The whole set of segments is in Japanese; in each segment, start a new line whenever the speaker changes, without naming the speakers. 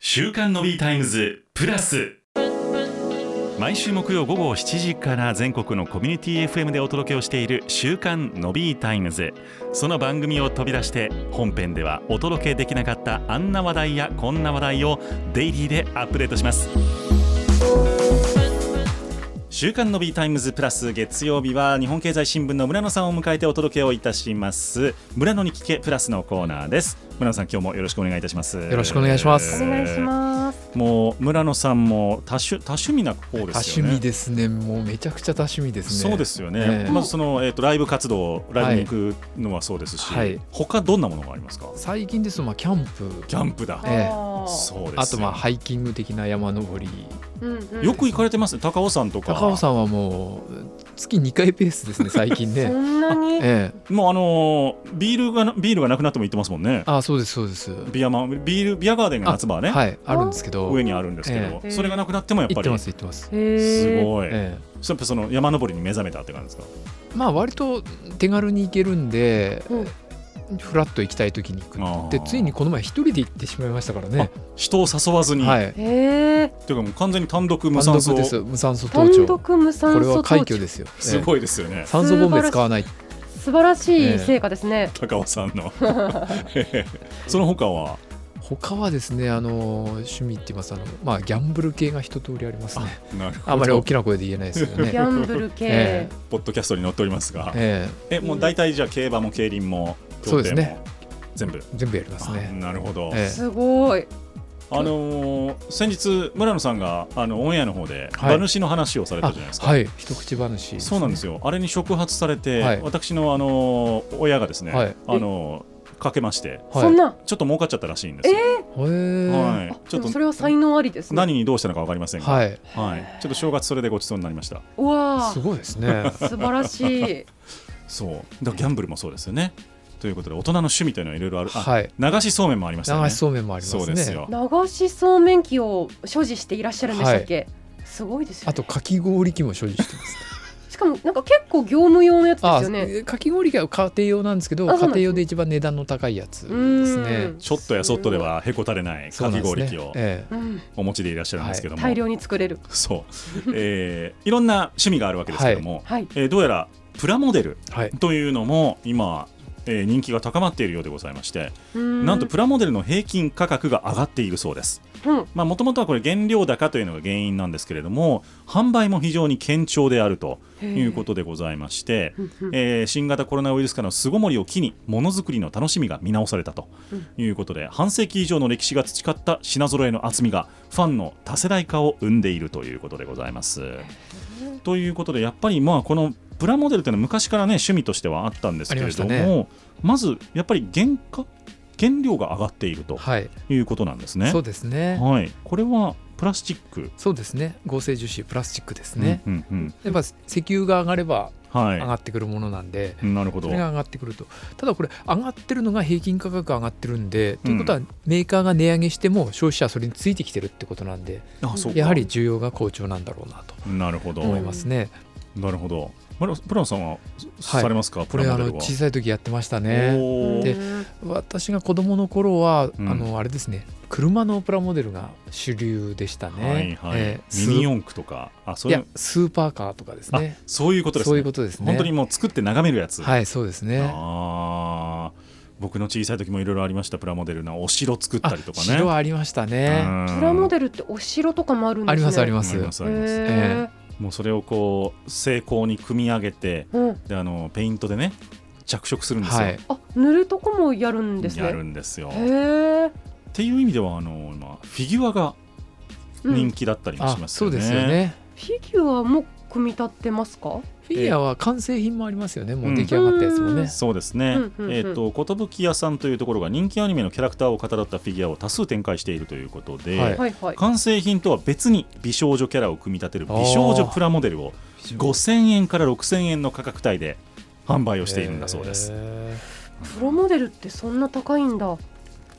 週刊のビータイムズプラス毎週木曜午後7時から全国のコミュニティ FM でお届けをしている週刊のビータイムズその番組を飛び出して本編ではお届けできなかったあんな話題やこんな話題をデイリーでアップデートします週刊のビータイムズプラス月曜日は日本経済新聞の村野さんを迎えてお届けをいたします村野に聞けプラスのコーナーです村野さん今日もよろしくお願いいたしますよ
ろしくお願いします
お願いします
もう村野さんも多趣多趣味な方です
よね多趣味ですねもうめちゃくちゃ多趣味です
ねそうですよね、えー、まずそのえっ、ー、とライブ活動ライブに行くのはそうですし、はい、他どんなものがありますか
最近ですとまあキャンプ
キャンプだ、
え
ー、そう
あとまあハイキング的な山登り
うんうん、よく行かれてます高尾山とか
高尾山はもう月2回ペースで すね最近ね
そんなに、
え
え、もうあのビールがビールがなくなっても行ってますもんね
あそうですそうです
ビアマンビールビアガーデンが夏場はね
はいあるんですけど
上にあるんですけど、え、それがなくなってもやっぱり
行ってます行ってます
すごい、ええ、そその山登りに目覚めたって感じですか
まあ割と手軽に行けるんで、フラッと行きたい時に行くでついにこの前一人で行ってしまいましたからね
人を誘わずに、
はい、
へえ
というかもう完全に単独無酸素
です無酸素
登頂こ
れは快挙ですよ、
えー、すごいですよね
酸素ボンベ使わない
素晴らしい成果ですね、
えー、高尾さんの その他は
他はですねあの趣味って言いますあのまあギャンブル系が一通りありますね
あ
んまり大きな声で言えないです けどね
ギャンブル系、え
ー、ポッドキャストに載っておりますが、
え
ー、えもう大体じゃあ競馬も競輪も
そうですね
全部
全部やりますね
なるほど、
えー、すごい
あのー、先日村野さんがあのオンエアの方で馬主の話をされたじゃないですか。
はい、一口話、ね、
そうなんですよ。あれに触発されて、はい、私のあのー、親がですね、はい、あのーかけまして、
そんな
ちょっと儲かっちゃったらしいんですよ。
えー、
はい、ちょっと
それは才能ありです、ね、
何にどうしたのかわかりませんが、
はい、
はい、ちょっと正月それでごちそうになりました。
わ
あ、すごいです ね。
素晴らしい。
そう、だギャンブルもそうですよね。ということで大人の趣味というのはいろいろある、
はい、
流しそうめんもありました、ね、
流しそうめんもあります、ね、
そうですよ
流しそうめん機を所持していらっしゃるんでしたっけ、はい、すごいです、ね、
あとかき氷機も所持してます
しかもなんか結構業務用のやつ ですよね
かき氷機は家庭用なんですけど家庭用で一番値段の高いやつですね
ちょっとやそっとではへこたれないかき氷機をお持ちでいらっしゃるんですけども、
大量に作れる
そう、えー、いろんな趣味があるわけですけども、はい、えー、どうやらプラモデルというのも今えー、人気が高まっているようでございましてなんとプラモデルの平均価格が上がっているそうですもともとはこれ原料高というのが原因なんですけれども販売も非常に堅調であるということでございまして、えー、新型コロナウイルスからの巣ごもりを機にものづくりの楽しみが見直されたということで、半世紀以上の歴史が培った品揃えの厚みがファンの多世代化を生んでいるということでございます。ということでやっぱりまあこのプラモデルというのは昔からね趣味としてはあったんですけれどもま、ね,、ずやっぱり原価原料が上がっていると、はい、いうことなんですね。
そうですね、
はい、これはプラスチック
そうですね合成樹脂プラスチックですね、うんうんうん、やっぱ石油が上がれば上がってくるものなんで、
はい、なるほど
それが上がってくるとただこれ上がってるのが平均価格上がってるんで、うん、ということはメーカーが値上げしても消費者はそれについてきてるってことなんでやはり需要が好調なんだろうなと
なるほど
思いますね。
なるほどプランさんはされますか、はい、
プラモデル小さい時やってましたねで私が子どもの頃は、うん、あのあれですね車のプラモデルが主流でしたね、
はいはいえー、ミニ四駆とか
あそいやスーパーカーとかですね
そういうことですね
そういうことですね
本当にもう作って眺めるやつ
はいそうですね
ああ僕の小さい時もいろいろありましたプラモデルなお城作ったりとかね
城ありましたね
プラモデルってお城とかもあるんですね
ありますありますあり
ますあります、えーもうそれをこう精巧に組み上げて、うん、であのペイントでね着色するんですよ。はい、
あ塗るとこもやるんですね。
やるんですよ。
って
いう意味ではあの今フィギュアが人気だったりもしますよね。
うん、そうですよね。
フィギュアも組み立ってますか？
フィギュアは完成品もありますよね、もう出来上がったやつもね。うん、
そうですね、うんうんうん、えっ、ー、と、寿屋さんというところが人気アニメのキャラクターをかたどったフィギュアを多数展開しているということで、
はいはい、
完成品とは別に美少女キャラを組み立てる美少女プラモデルを5000円から6000円の価格帯で販売をしているんだそうです。
プラモデルってそんな高いんだ。も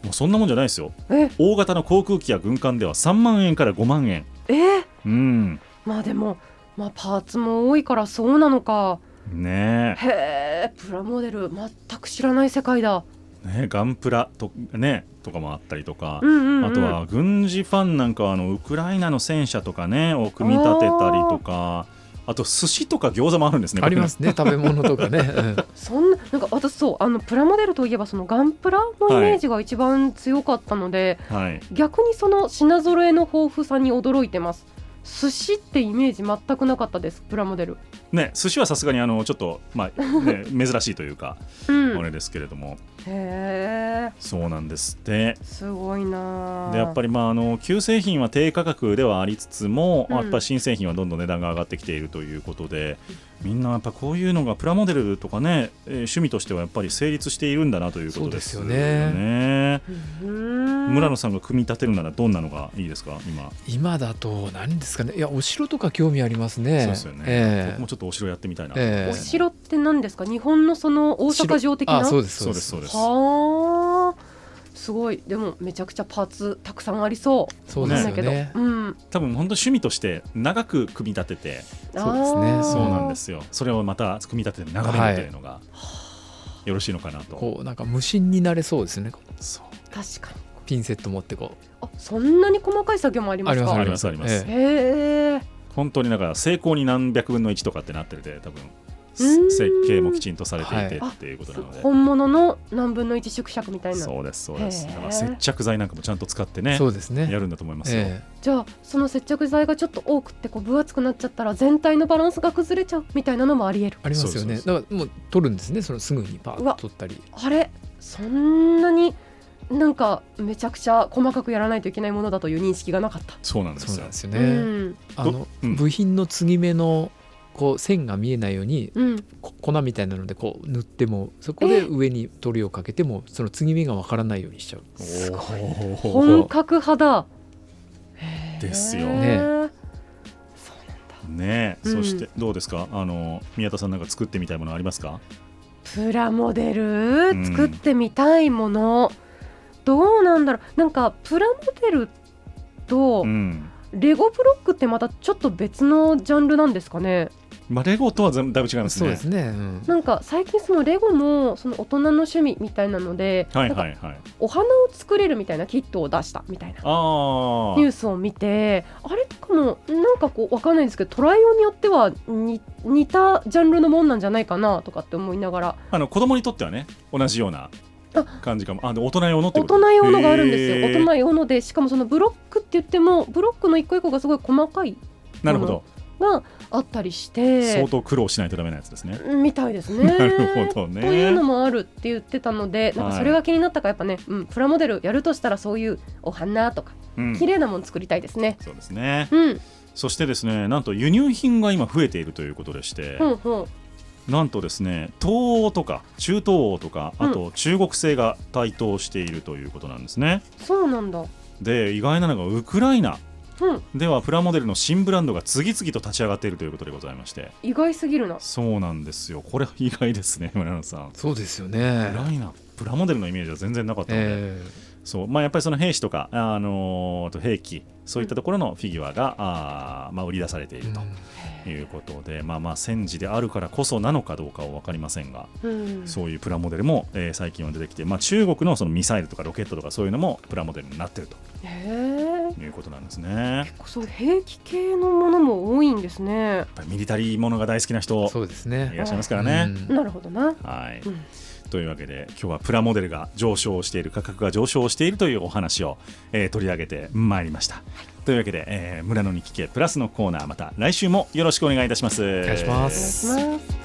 うそんなもんじゃないですよ。大型の航空機や軍艦では3万円から5万円。
え
うん。
まあでもまあ、パーツも多いからそうなのか。
ね
へえプラモデル全く知らない世界だ。
ね、ガンプラと,、ね、とかもあったりとか、うんうんうん、あとは軍事ファンなんかはあのウクライナの戦車とか、ね、を組み立てたりとか。あと寿司とか餃子もあるんですね。
あります ね、食べ物とかね。うん、
そんな、なんか私そう、あのプラモデルといえば、そのガンプラのイメージが一番強かったので。はい、逆にその品揃えの豊富さに驚いてます。寿司ってイメージ全くなかったですプラモデル
ね寿司はさすがにあのちょっとまあ、ね、 珍しいというか、うん、あれですけれども
へえ
そうなんですって
すごいな
でやっぱりまああの旧製品は低価格ではありつつも、うん、やっぱ新製品はどんどん値段が上がってきているということで、うん、みんなやっぱこういうのがプラモデルとかね、えー、趣味としてはやっぱり成立しているんだなということですよね、ね、村野さんが組み立てるならどんなのがいいですか今
今だと何ですかねいやお城とか興味ありますね
そうですよね、えー、僕もちょっとお城やってみたいな、
えー、お城って何ですか日本のその大阪城的な
そうです
そうですそうです、
はあすごいでもめちゃくちゃパーツたくさんありそう
そうですけど、ね、うん
多分本当趣味として長く組み立てて
そうですね
そうなんですよそれをまた組み立てて眺めるというのが、はい、よろしいのかなと
こうなんか無心になれそうですね
そう
確かに
ピンセット持ってこ
うあそんなに細かい作業もありますか
ありますあります
へえー、
本当になんか成功に何百分の1とかってなってて多分設計もきちんとされていてっていうことなので、はい、
本物の何分の1縮尺みたいな
そうですそうですだから接着剤なんかもちゃんと使ってね
そうですね
やるんだと思いますよ、
じゃあその接着剤がちょっと多くてこう分厚くなっちゃったら全体のバランスが崩れちゃうみたいなのもありえる
ありますよねだからもう取るんですねそのすぐにパーッと取ったり
あれそんなになんかめちゃくちゃ細かくやらないといけないものだという認識がなかった
そうなんです
よね、うん、あの、うん、部品の継ぎ目のこう線が見えないように、うん、粉みたいなのでこう塗ってもそこで上に塗料をかけてもその継ぎ目がわからないようにしちゃう
すごい本格派だ
ですよ
ね
ねそしてどうですか、あの宮田さんなんか作ってみたいものありますか
プラモデル作ってみたいもの、どうなんだろうなんかプラモデルとレゴブロックってまたちょっと別のジャンルなんですかね、、
まあ、レゴとはだいぶ違いますね。
そうですね、うん
なんか最近そのレゴもその大人の趣味みたいなので、
はいはいはい、
お花を作れるみたいなキットを出したみたいなニュースを見てあれとかもなんかこうわかんないんですけどトライオンによってはに似たジャンルのもんなんじゃないかなとかって思いながら
あの子供にとってはね同じような感じかもあ大人用の
大人用のがあるんですよ大人用のでしかもそのブロックって言ってもブロックの一個一個がすごい細かい
なるほど
があったりして
相当苦労しないとダメなやつですね
みたいですね
なるほどね
というのもあるって言ってたのでなんかそれが気になったからやっぱね、はい、うん、プラモデルやるとしたらそういうお花とか、うん、綺麗なもの作りたいですね
そうですね、
うん、
そしてですねなんと輸入品が今増えているということでして、
うんうん
なんとですね東欧とか中東欧とかあと中国製が台頭しているということなんですね。
うん、そうなんだ
で意外なのがウクライナ、うん、ではプラモデルの新ブランドが次々と立ち上がっているということでございまして
意外すぎるな
そうなんですよこれ意外ですね村野さん
そうですよね
ウクライナプラモデルのイメージは全然なかったので、えー、そうまあ、やっぱりその兵士とか、あのー、兵器そういったところのフィギュアが、あまあ、売り出されていると。うんいうことで、まあ、まあ戦時であるからこそなのかどうかは分かりませんが、うん、そういうプラモデルも、えー、最近は出てきて、まあ、中国のそのミサイルとかロケットとかそういうのもプラモデルになってるということなんですね。
結構そう兵器系のものも多いんですね。やっ
ぱりミリタリーものが大好きな人
そうですね
いらっしゃいますからね。
うん、なるほどな、
はい、うん、というわけで今日はプラモデルが上昇している価格が上昇しているというお話を、えー、取り上げてまいりました。はいというわけで、えー、村野に聞けプラスのコーナーまた来週もよろしくお願いいたします。
お願いします